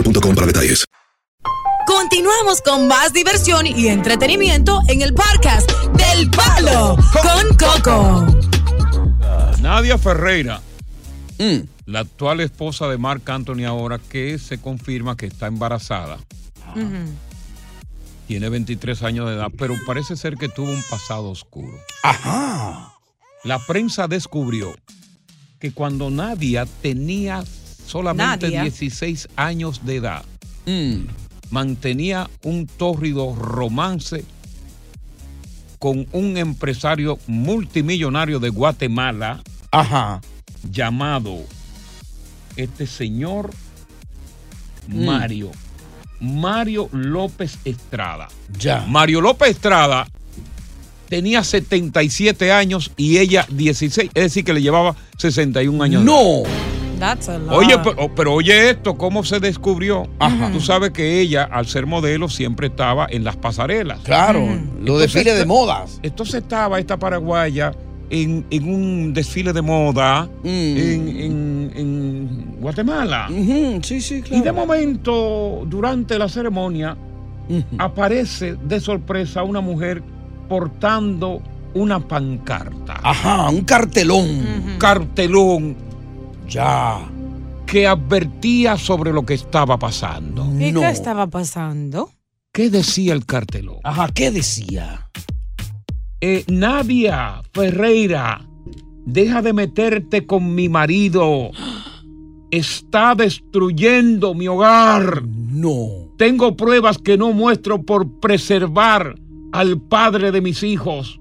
Speaker 9: para detalles.
Speaker 12: Continuamos con más diversión y entretenimiento en el podcast del Palo con Coco.
Speaker 10: Ah.
Speaker 5: Nadia Ferreira,
Speaker 10: Mm.
Speaker 5: la actual esposa de Marc Anthony ahora que se confirma que está embarazada. Tiene 23 años de edad, pero parece ser que tuvo un pasado oscuro. Ajá. La prensa descubrió que cuando Nadia tenía solamente
Speaker 10: Nadia.
Speaker 5: 16 años de edad, Mm. mantenía un tórrido romance con un empresario multimillonario de Guatemala. Ajá. Llamado este señor
Speaker 10: Mm.
Speaker 5: Mario. Mario López Estrada.
Speaker 10: Ya.
Speaker 5: Mario López Estrada tenía 77 años y ella 16, es decir, que le llevaba 61 años. ¡No!
Speaker 4: That's a lot.
Speaker 5: Oye, pero, oh, pero oye esto, ¿cómo se descubrió?
Speaker 4: Ajá.
Speaker 5: Tú sabes que ella, al ser modelo, siempre estaba en las pasarelas.
Speaker 3: Claro, los desfiles de
Speaker 5: modas. Entonces estaba esta paraguaya en, en un desfile de moda en, en- en Guatemala. Sí, sí, claro. Y de momento, durante la ceremonia, aparece de sorpresa una mujer portando una pancarta. Ajá, un cartelón. Cartelón. Ya. Que advertía sobre lo que estaba pasando.
Speaker 4: ¿Y qué estaba pasando?
Speaker 5: ¿Qué decía el cartelón? Ajá, ¿qué decía? Eh, Nadia Ferreira, deja de meterte con mi marido. Está destruyendo mi hogar. No. Tengo pruebas que no muestro por preservar al padre de mis hijos.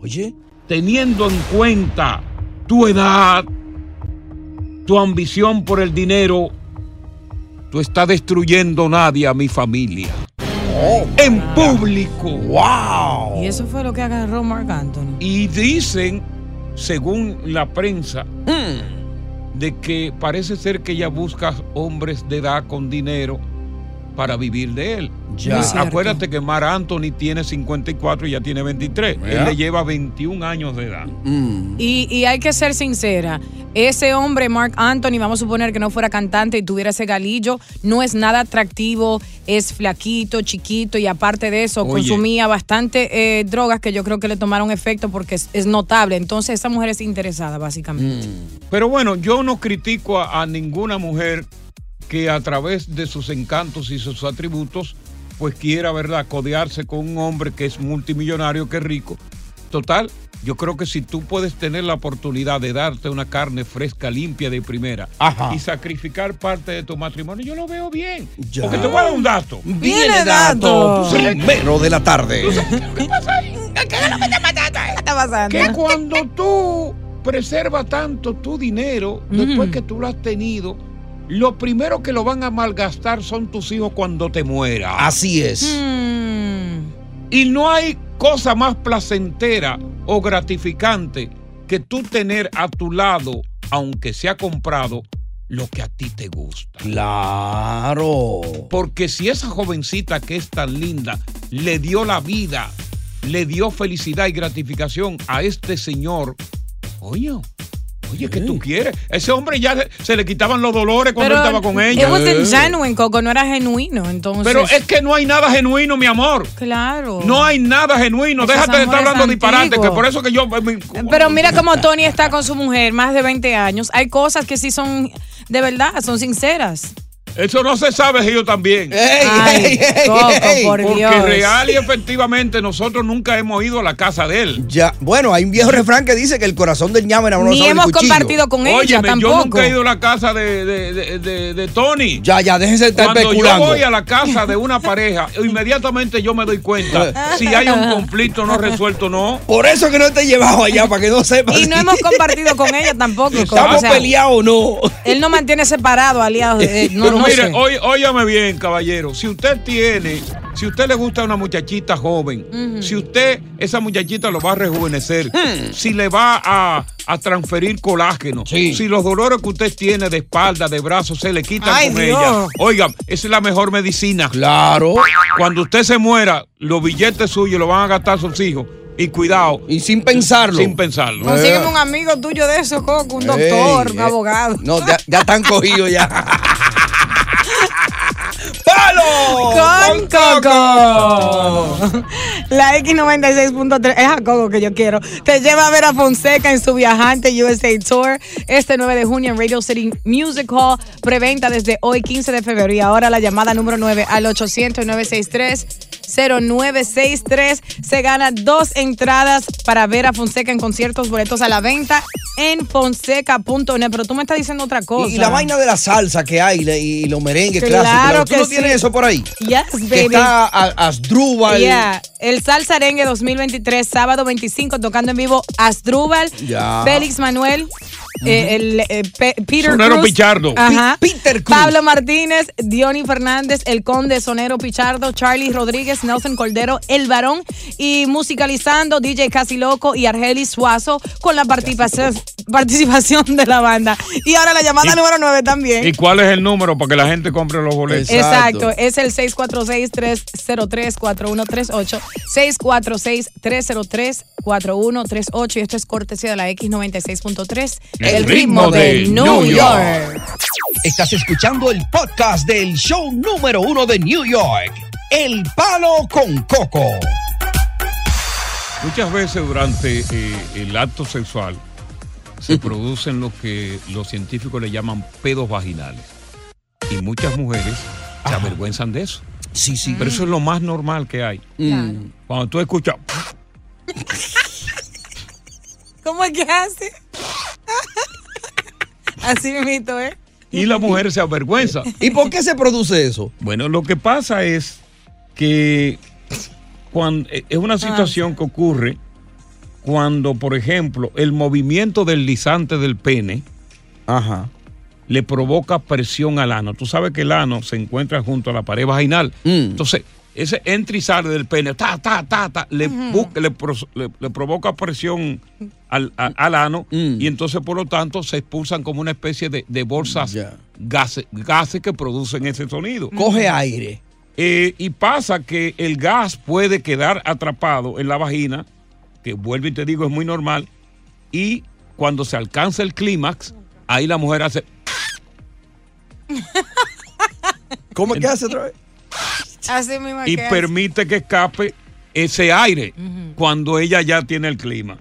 Speaker 5: Oye. Teniendo en cuenta tu edad, tu ambición por el dinero, tú estás destruyendo Nadia, mi familia. en público. ¡Wow!
Speaker 4: Y eso fue lo que agarró Marc Anthony.
Speaker 5: Y dicen, según la prensa,
Speaker 10: Mm.
Speaker 5: de que parece ser que ella busca hombres de edad con dinero para vivir de él.
Speaker 10: Ya. Muy cierto.
Speaker 5: Acuérdate que Mar Anthony tiene 54 y ya tiene 23.
Speaker 10: Vea. Mm.
Speaker 5: Él le lleva 21 años de edad.
Speaker 4: Y, y hay que ser sincera, ese hombre, Mark Anthony, vamos a suponer que no fuera cantante y tuviera ese galillo, no es nada atractivo, es flaquito, chiquito y aparte de eso,
Speaker 13: Oye.
Speaker 4: consumía bastante eh, drogas que yo creo que le tomaron efecto porque es, es notable. Entonces esa mujer es interesada, básicamente.
Speaker 10: Mm.
Speaker 5: Pero bueno, yo no critico a, a ninguna mujer que a través de sus encantos y sus atributos, pues quiera, ¿verdad?, codearse con un hombre que es multimillonario, que es rico. Total, yo creo que si tú puedes tener la oportunidad de darte una carne fresca, limpia de primera
Speaker 10: Ajá.
Speaker 5: y sacrificar parte de tu matrimonio, yo lo veo bien.
Speaker 10: Ya.
Speaker 5: Porque te voy a dar un dato.
Speaker 10: Viene dato,
Speaker 5: Sí.
Speaker 3: primero de la tarde.
Speaker 5: ¿Qué pasa ahí? Que cuando tú preservas tanto tu dinero, después que tú lo has tenido, lo primero que lo van a malgastar son tus hijos cuando te mueras.
Speaker 3: Así es.
Speaker 5: Y no hay cosa más placentera o gratificante que tú tener a tu lado, aunque sea comprado, lo que a ti te gusta.
Speaker 3: Claro.
Speaker 5: Porque si esa jovencita que es tan linda le dio la vida, le dio felicidad y gratificación a este señor, oye, oye, ¿qué tú quieres? Ese hombre ya se, se le quitaban los dolores cuando
Speaker 4: Pero
Speaker 5: Mm. estaba con ella. Eh.
Speaker 4: It wasn't genuine, Coco, no era genuino, entonces.
Speaker 5: Pero es que no hay nada genuino, mi amor.
Speaker 4: Claro.
Speaker 5: No hay nada genuino.
Speaker 4: Esos
Speaker 5: Déjate de estar
Speaker 4: amores
Speaker 5: hablando disparate,
Speaker 4: antiguos.
Speaker 5: que por eso que yo. me-
Speaker 4: Pero mira cómo Tony está con su mujer, más de 20 años. Hay cosas que sí son de verdad, son sinceras.
Speaker 5: Eso no se sabe, ellos también.
Speaker 4: Ay, ey, ey, Coco, ey. por
Speaker 5: Porque
Speaker 4: Dios.
Speaker 5: real y efectivamente nosotros nunca hemos ido a la casa de él.
Speaker 3: Ya, bueno, hay un viejo refrán que dice que el corazón del ñame enamorado
Speaker 5: Ni
Speaker 3: sabe el
Speaker 5: hemos
Speaker 3: cuchillo.
Speaker 5: compartido con ella Óyeme, yo tampoco. nunca he ido a la casa de, de- de- de- de Tony.
Speaker 3: Ya, ya, déjense de estar
Speaker 5: Cuando
Speaker 3: especulando.
Speaker 5: yo voy a la casa de una pareja, inmediatamente yo me
Speaker 4: <laughs>
Speaker 5: doy cuenta si hay un conflicto no resuelto o no.
Speaker 3: Por eso que no te he llevado allá, para que no sepas.
Speaker 4: Y no hemos compartido con ella tampoco. Coco,
Speaker 3: ¿Estamos
Speaker 4: o sea,
Speaker 3: peleados o no?
Speaker 4: Él no mantiene separado
Speaker 3: <laughs>
Speaker 4: aliados.
Speaker 5: <laughs>
Speaker 4: eh, no,
Speaker 5: Pero
Speaker 4: no
Speaker 5: mire,
Speaker 4: sé.
Speaker 5: oí- óigame bien, caballero. Si usted tiene, si usted le gusta una muchachita joven,
Speaker 4: Ujú.
Speaker 5: si usted, esa muchachita lo va a rejuvenecer, si le va a, a transferir colágeno, si los dolores que usted tiene de espalda, de brazos, se le quitan
Speaker 3: Ay,
Speaker 5: con
Speaker 3: Dios.
Speaker 5: ella. Oiga, esa es la mejor medicina.
Speaker 3: Claro.
Speaker 5: Cuando usted se muera, los billetes suyos lo van a gastar sus hijos. Y cuidado.
Speaker 3: Y sin pensarlo.
Speaker 5: Sin pensarlo. Eh.
Speaker 4: Consígueme un amigo tuyo de eso, Coco, un doctor,
Speaker 3: oh, eh. Ey,
Speaker 4: un
Speaker 3: eh,
Speaker 4: abogado.
Speaker 3: No, ya, ya están cogidos ya. ¡Palo!
Speaker 4: Con Coco. La X96.3 es a Coco que yo quiero. Te lleva a ver a Fonseca en su viajante USA Tour este 9 de junio en Radio City Music Hall. Preventa desde hoy 15 de febrero. Y ahora la llamada número 9 al 800-963-0963. Se gana dos entradas para ver a Fonseca en conciertos, boletos a la venta en fonseca.net. Pero tú me estás diciendo otra cosa.
Speaker 3: Y, y la vaina de la salsa que hay la- y los merengues clásicos. ¿Tú
Speaker 4: Claro que
Speaker 3: no
Speaker 4: sí.
Speaker 3: tienes eso por ahí?
Speaker 4: Yes,
Speaker 3: Que
Speaker 4: baby.
Speaker 3: está a- Asdrúbal.
Speaker 4: Yeah. El Salsa Arengue 2023, sábado 25, tocando en vivo Asdrúbal,
Speaker 3: Ya.
Speaker 4: Félix Manuel, eh, el, eh, Pe- Peter
Speaker 5: Sonero
Speaker 4: Cruz,
Speaker 5: Pichardo.
Speaker 4: ajá,
Speaker 3: Peter
Speaker 4: Pablo Martínez, Diony Fernández, El Conde, Sonero Pichardo, Charlie Rodríguez, Nelson Cordero, El Varón y musicalizando DJ Casi Loco y Argelis Suazo con la participación, <laughs> participación de la banda. Y ahora la llamada
Speaker 5: Y-
Speaker 4: número 9 también.
Speaker 5: ¿Y cuál es el número para que la gente compre los boletos?
Speaker 4: Exacto. es el 646-303-4138. 646-303-4138. Y esto es cortesía de la X96.3.
Speaker 3: El ritmo de New Estás escuchando el podcast del show número uno de New York. El palo con coco.
Speaker 5: Muchas veces durante eh, el acto sexual se producen lo que los científicos le llaman pedos vaginales. Y muchas mujeres se avergüenzan de eso.
Speaker 3: Sí, sí. Mm.
Speaker 5: Pero eso es lo más normal que hay. Cuando tú escuchas,
Speaker 4: ¿Cómo es que hace? <laughs> Así mismito, ¿eh?
Speaker 5: y la mujer se avergüenza.
Speaker 3: <laughs> ¿Y por qué se produce eso?
Speaker 5: Bueno, lo que pasa es que cuando, eh, es una situación que ocurre cuando, por ejemplo, el movimiento deslizante del pene le provoca presión al ano. Tú sabes que el ano se encuentra junto a la pared vaginal.
Speaker 3: Mm.
Speaker 5: Entonces, ese entra y sale del pene, ta, ta, ta, ta, le, busca- le pro- le- le provoca presión al,
Speaker 3: Mm.
Speaker 5: a- al ano y entonces, por lo tanto, se expulsan como una especie de, de bolsas gases, gases que producen ese sonido.
Speaker 3: Mm. Coge aire.
Speaker 5: Eh, y pasa que el gas puede quedar atrapado en la vagina, que vuelvo y te digo, es muy normal. Y cuando se alcanza el clímax, ahí la mujer hace.
Speaker 3: ¿Cómo que hace otra vez?
Speaker 4: Así mismo
Speaker 5: Y
Speaker 4: que Ah, hace.
Speaker 5: permite que escape ese aire cuando ella ya tiene el clima.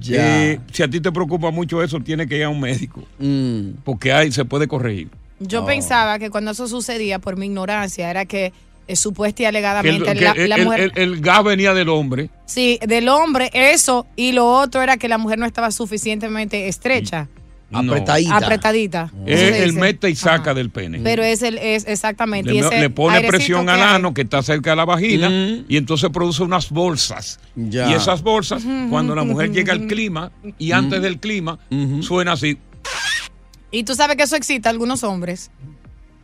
Speaker 3: Ya.
Speaker 5: Eh, si a ti te preocupa mucho eso, tiene que ir a un médico.
Speaker 3: Mm.
Speaker 5: Porque ahí se puede corregir.
Speaker 4: Yo
Speaker 5: Oh.
Speaker 4: pensaba que cuando eso sucedía, por mi ignorancia, era que eh, supuesta y
Speaker 5: Que el,
Speaker 4: alegadamente
Speaker 5: que
Speaker 4: la,
Speaker 5: el-
Speaker 4: la
Speaker 5: el-
Speaker 4: mujer.
Speaker 5: el- el gas venía del hombre.
Speaker 4: Sí, del hombre, eso. Y lo otro era que la mujer no estaba suficientemente estrecha.
Speaker 5: No.
Speaker 3: Apretadita.
Speaker 4: Apretadita.
Speaker 5: Es
Speaker 4: Eso se
Speaker 5: el
Speaker 4: dice.
Speaker 5: meta y saca del pene.
Speaker 4: Pero es el, es exactamente. y
Speaker 5: Mm. Le,
Speaker 4: ese
Speaker 5: le pone
Speaker 4: airecito
Speaker 5: presión
Speaker 4: que
Speaker 5: al
Speaker 4: hay.
Speaker 5: ano que está cerca de la vagina y entonces produce unas bolsas. Y esas bolsas, cuando la mujer llega al clima y antes del clima, suena así.
Speaker 4: Y tú sabes que eso excita a algunos hombres.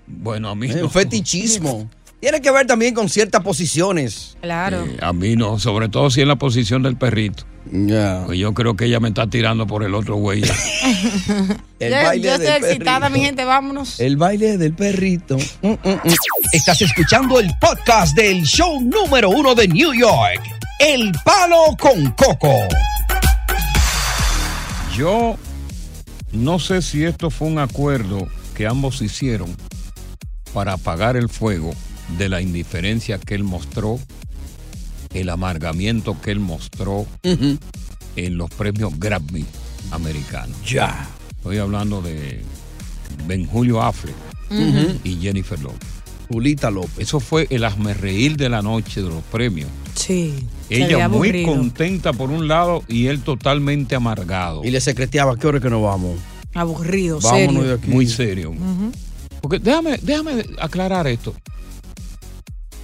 Speaker 5: Bueno, a mí
Speaker 3: Eh,
Speaker 5: no.
Speaker 3: Fetichismo. Tiene que ver también con ciertas posiciones.
Speaker 4: Claro.
Speaker 5: A mí no, sobre todo si en la posición del perrito.
Speaker 3: Pues
Speaker 5: yo creo que ella me está tirando por el otro güey.
Speaker 4: Yo,
Speaker 5: Eh,
Speaker 3: El baile
Speaker 4: yo estoy
Speaker 3: del
Speaker 4: excitada, mi
Speaker 3: perrito.
Speaker 4: gente, vámonos.
Speaker 3: El baile del perrito. Mm, mm, mm. Estás escuchando el podcast del show número uno de New York. El palo con coco.
Speaker 5: Yo no sé si esto fue un acuerdo que ambos hicieron para apagar el fuego de la indiferencia que él mostró, el amargamiento que él mostró en los premios Grammy americanos.
Speaker 3: Ya.
Speaker 5: Estoy hablando de Ben Julio Affleck
Speaker 4: Mm.
Speaker 3: Ujú.
Speaker 5: y Jennifer López.
Speaker 3: Julita López.
Speaker 5: Eso fue el reír de la noche de los premios.
Speaker 4: Sí.
Speaker 5: Ella muy contenta por un lado y él totalmente amargado.
Speaker 3: Y le secreteaba, ¿qué hora que nos vamos?
Speaker 4: Aburrido,
Speaker 3: Vámonos de
Speaker 4: serio.
Speaker 3: aquí.
Speaker 5: Muy serio. Porque déjame, déjame aclarar esto.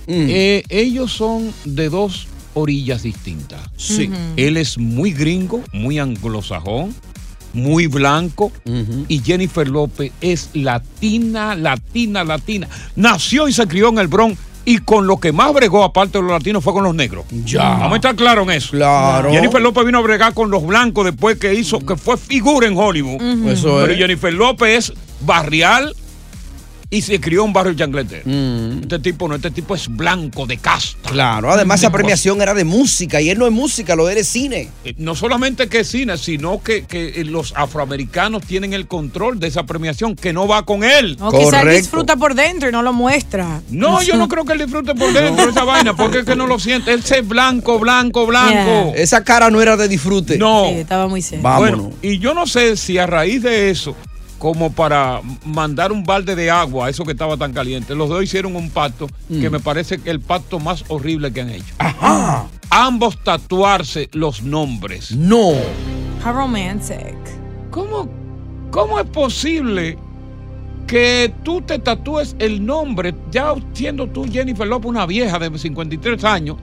Speaker 3: Mm.
Speaker 5: Eh, ellos son de dos orillas distintas.
Speaker 3: Sí. Ujú.
Speaker 5: Él es muy gringo, muy anglosajón, muy blanco. Y Jennifer López es latina, latina, latina. Nació y se crió en el Bronx. Y con lo que más bregó, aparte de los latinos, fue con los negros.
Speaker 3: Ya.
Speaker 5: Vamos a estar claros en eso.
Speaker 3: Claro.
Speaker 5: Jennifer López vino a bregar con los blancos después que hizo, que fue figura en Hollywood.
Speaker 3: Ujú. Pues Eso es.
Speaker 5: Pero Jennifer López es barrial y se crió en barrio Changleter.
Speaker 3: Mm.
Speaker 5: Este tipo no, este tipo es blanco de casta.
Speaker 3: Claro, además esa
Speaker 5: Tipo,
Speaker 3: premiación era de música y él no es música, lo de él es cine.
Speaker 5: eh, No solamente que es cine, sino que, que eh, los afroamericanos tienen el control de esa premiación que no va con él.
Speaker 4: O quizás él disfruta por dentro y no lo muestra.
Speaker 5: No, yo no creo que él disfrute por dentro esa vaina, porque es que no lo siente. Él es blanco, blanco, blanco.
Speaker 3: Esa cara no era de disfrute.
Speaker 5: No.
Speaker 4: Sí, estaba muy serio.
Speaker 5: Bueno, y yo no sé si a raíz de eso, como para mandar un balde de agua a eso que estaba tan caliente, los dos hicieron un pacto
Speaker 3: Mm.
Speaker 5: que me parece que el pacto más horrible que han hecho. Ambos tatuarse los nombres.
Speaker 3: No.
Speaker 4: How romantic.
Speaker 5: ¿Cómo, ¿Cómo es posible que tú te tatúes el nombre, ya siendo tú Jennifer López, una vieja de 53 años,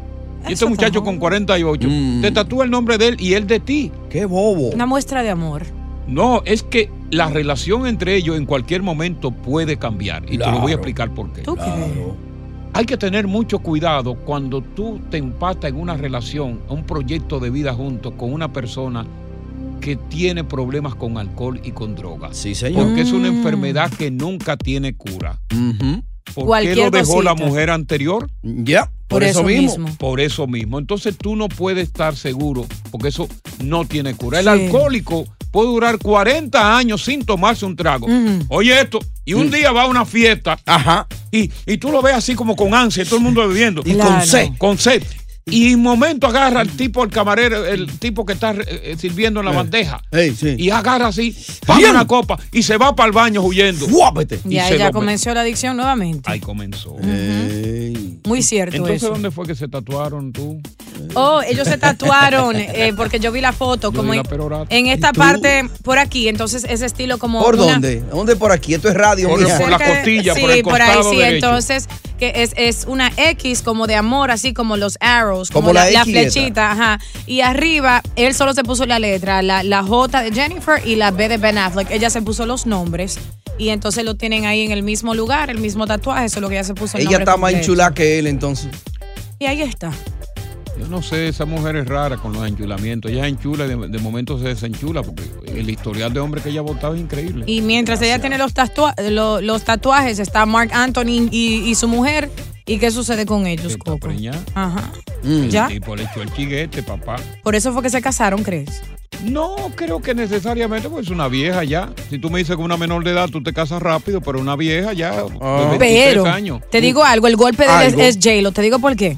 Speaker 5: y este muchacho con 48, te tatúa el nombre de él y él de ti?
Speaker 3: Mm. ¡Qué bobo!
Speaker 4: Una muestra de amor.
Speaker 5: No, es que la relación entre ellos en cualquier momento puede cambiar. Y te lo voy
Speaker 3: Claro.
Speaker 5: a explicar por qué.
Speaker 4: ¿Tú crees?
Speaker 5: Hay que tener mucho cuidado cuando tú te empatas en una relación, a un proyecto de vida junto con una persona que tiene problemas con alcohol y con drogas.
Speaker 3: Sí, señor.
Speaker 5: Porque es una
Speaker 3: Mm.
Speaker 5: enfermedad que nunca tiene cura. ¿Por qué
Speaker 3: Cualquier
Speaker 5: lo dejó la
Speaker 3: cosita.
Speaker 5: mujer anterior?
Speaker 3: Ya, por, eso, mismo.
Speaker 5: Por eso mismo. Entonces tú no puedes estar seguro porque eso no tiene cura. El
Speaker 3: Sí.
Speaker 5: alcohólico puede durar 40 años sin tomarse un trago.
Speaker 3: Ujú.
Speaker 5: Oye esto, y un día va a una fiesta Y, y tú lo ves así como con ansia, todo el mundo bebiendo.
Speaker 3: Y con Claro. sed.
Speaker 5: Con sed. Y en momento agarra el tipo, el camarero, el tipo que está eh, eh, sirviendo en la
Speaker 3: Eh.
Speaker 5: bandeja.
Speaker 3: Ey, sí.
Speaker 5: Y agarra así, paga una copa y se va para el baño huyendo.
Speaker 3: ¡Guápete!
Speaker 4: Y ahí ya comenzó la adicción nuevamente.
Speaker 5: Ahí comenzó.
Speaker 4: Muy cierto
Speaker 5: Entonces,
Speaker 4: eso.
Speaker 5: ¿dónde fue que se tatuaron tú?
Speaker 4: Oh, ellos se tatuaron eh, porque yo vi la foto
Speaker 5: Yo
Speaker 4: como
Speaker 5: di la
Speaker 4: en,
Speaker 5: perorata.
Speaker 4: en esta
Speaker 3: ¿Y tú?
Speaker 4: parte por aquí, entonces ese estilo como
Speaker 3: ¿Por
Speaker 4: una-
Speaker 3: dónde? ¿Dónde por aquí? Esto es radio.
Speaker 5: Por-
Speaker 3: mija.
Speaker 5: por la costilla,
Speaker 4: sí,
Speaker 5: por el
Speaker 4: ahí
Speaker 5: costado
Speaker 4: sí,
Speaker 5: derecho.
Speaker 4: entonces que es, es una X como de amor, así como los arrows, como,
Speaker 3: Como
Speaker 4: la,
Speaker 3: la
Speaker 4: la
Speaker 3: X letra.
Speaker 4: flechita, ajá. Y arriba él solo se puso la letra, la, la J de Jennifer y la B de Ben Affleck. Ella se puso los nombres y entonces lo tienen ahí en el mismo lugar, el mismo tatuaje, eso es lo que ella se puso. el
Speaker 3: Ella
Speaker 4: nombre
Speaker 3: está más
Speaker 4: completo.
Speaker 3: enchulada que él, entonces.
Speaker 4: Y ahí está.
Speaker 5: Yo no sé, esa mujer es rara con los enchulamientos. Ella se enchula y de, de momento se desenchula porque el historial de hombre que ella votaba es increíble.
Speaker 4: Y mientras ella tiene los, tatua- lo- los tatuajes, está Mark Anthony y, y su mujer. ¿Y qué sucede con ellos, Coco?
Speaker 5: preñada.
Speaker 4: Ajá.
Speaker 5: El
Speaker 4: ¿Ya?
Speaker 5: tipo le echó el chiguete, papá.
Speaker 4: Por eso fue que se casaron, ¿crees?
Speaker 5: No creo que necesariamente, pues una vieja ya. Si tú me dices que una menor de edad, tú te casas rápido, pero una vieja ya.
Speaker 4: Ah.
Speaker 5: de 23
Speaker 4: Pero,
Speaker 5: años. Mm.
Speaker 4: te digo algo, el golpe de él
Speaker 5: Algo. Mm.
Speaker 4: es, es J-Lo, te digo por qué.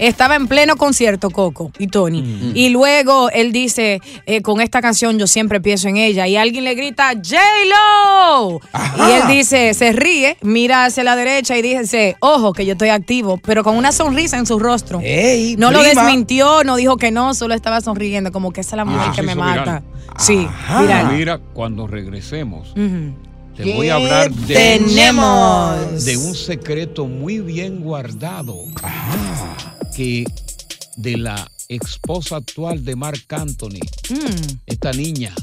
Speaker 4: Estaba en pleno concierto Coco y Tony. Y luego él dice, eh, con esta canción yo siempre pienso en ella. Y alguien le grita, J-Lo. Y él dice, se ríe, mira hacia la derecha y dice, ojo que yo estoy activo, pero con una sonrisa en su rostro.
Speaker 3: Ey,
Speaker 4: no lo
Speaker 3: prima.
Speaker 5: Ah,
Speaker 4: desmintió, no dijo que no, solo estaba sonriendo, como que esa es la mujer que me mata. Sí, viral.
Speaker 5: Mira, cuando regresemos,
Speaker 4: Ujú.
Speaker 5: te
Speaker 4: ¿Qué
Speaker 5: voy a hablar de,
Speaker 4: tenemos?
Speaker 5: de un secreto muy bien guardado que de la esposa actual de Mark Anthony,
Speaker 4: Mm.
Speaker 5: esta niña.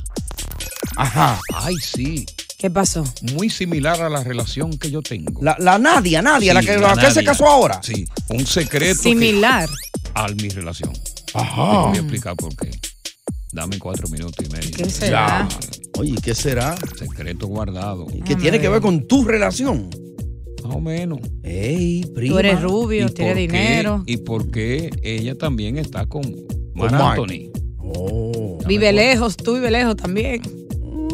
Speaker 3: Ajá.
Speaker 5: Ay, sí.
Speaker 4: ¿Qué pasó?
Speaker 5: Muy similar a la relación que yo tengo.
Speaker 3: La, la Nadia, Nadia, la
Speaker 5: Sí,
Speaker 3: que, la que se
Speaker 5: Nadia.
Speaker 3: casó ahora.
Speaker 5: Sí, un secreto. que-
Speaker 4: Similar.
Speaker 5: a mi relación.
Speaker 3: Ajá.
Speaker 5: Te voy a explicar por qué. Dame cuatro minutos y medio.
Speaker 4: ¿Qué será?
Speaker 3: Oye, ¿qué será?
Speaker 5: Secreto guardado.
Speaker 3: Que tiene
Speaker 5: Ah.
Speaker 3: que ver con tu relación.
Speaker 5: Más o menos.
Speaker 3: Ey, prima.
Speaker 4: Tú eres rubio,
Speaker 5: ¿Y
Speaker 4: tienes
Speaker 5: por qué-
Speaker 4: dinero.
Speaker 5: Y por qué ella también está con Marc
Speaker 3: Con Marc.
Speaker 5: Anthony.
Speaker 4: Vive lejos, tú vive lejos también.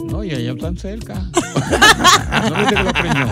Speaker 5: No, y ella están cerca. ¿No viste que
Speaker 14: <laughs>
Speaker 5: lo preñó?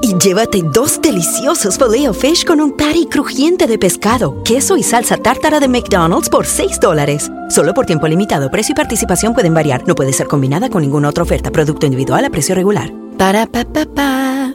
Speaker 15: Y llévate dos deliciosos filet of fish con un patty crujiente de pescado, queso y salsa tártara de McDonald's por 6 dólares. Solo por tiempo limitado. Precio y participación pueden variar. No puede ser combinada con ninguna otra oferta. Producto individual a precio regular. Para pa pa pa.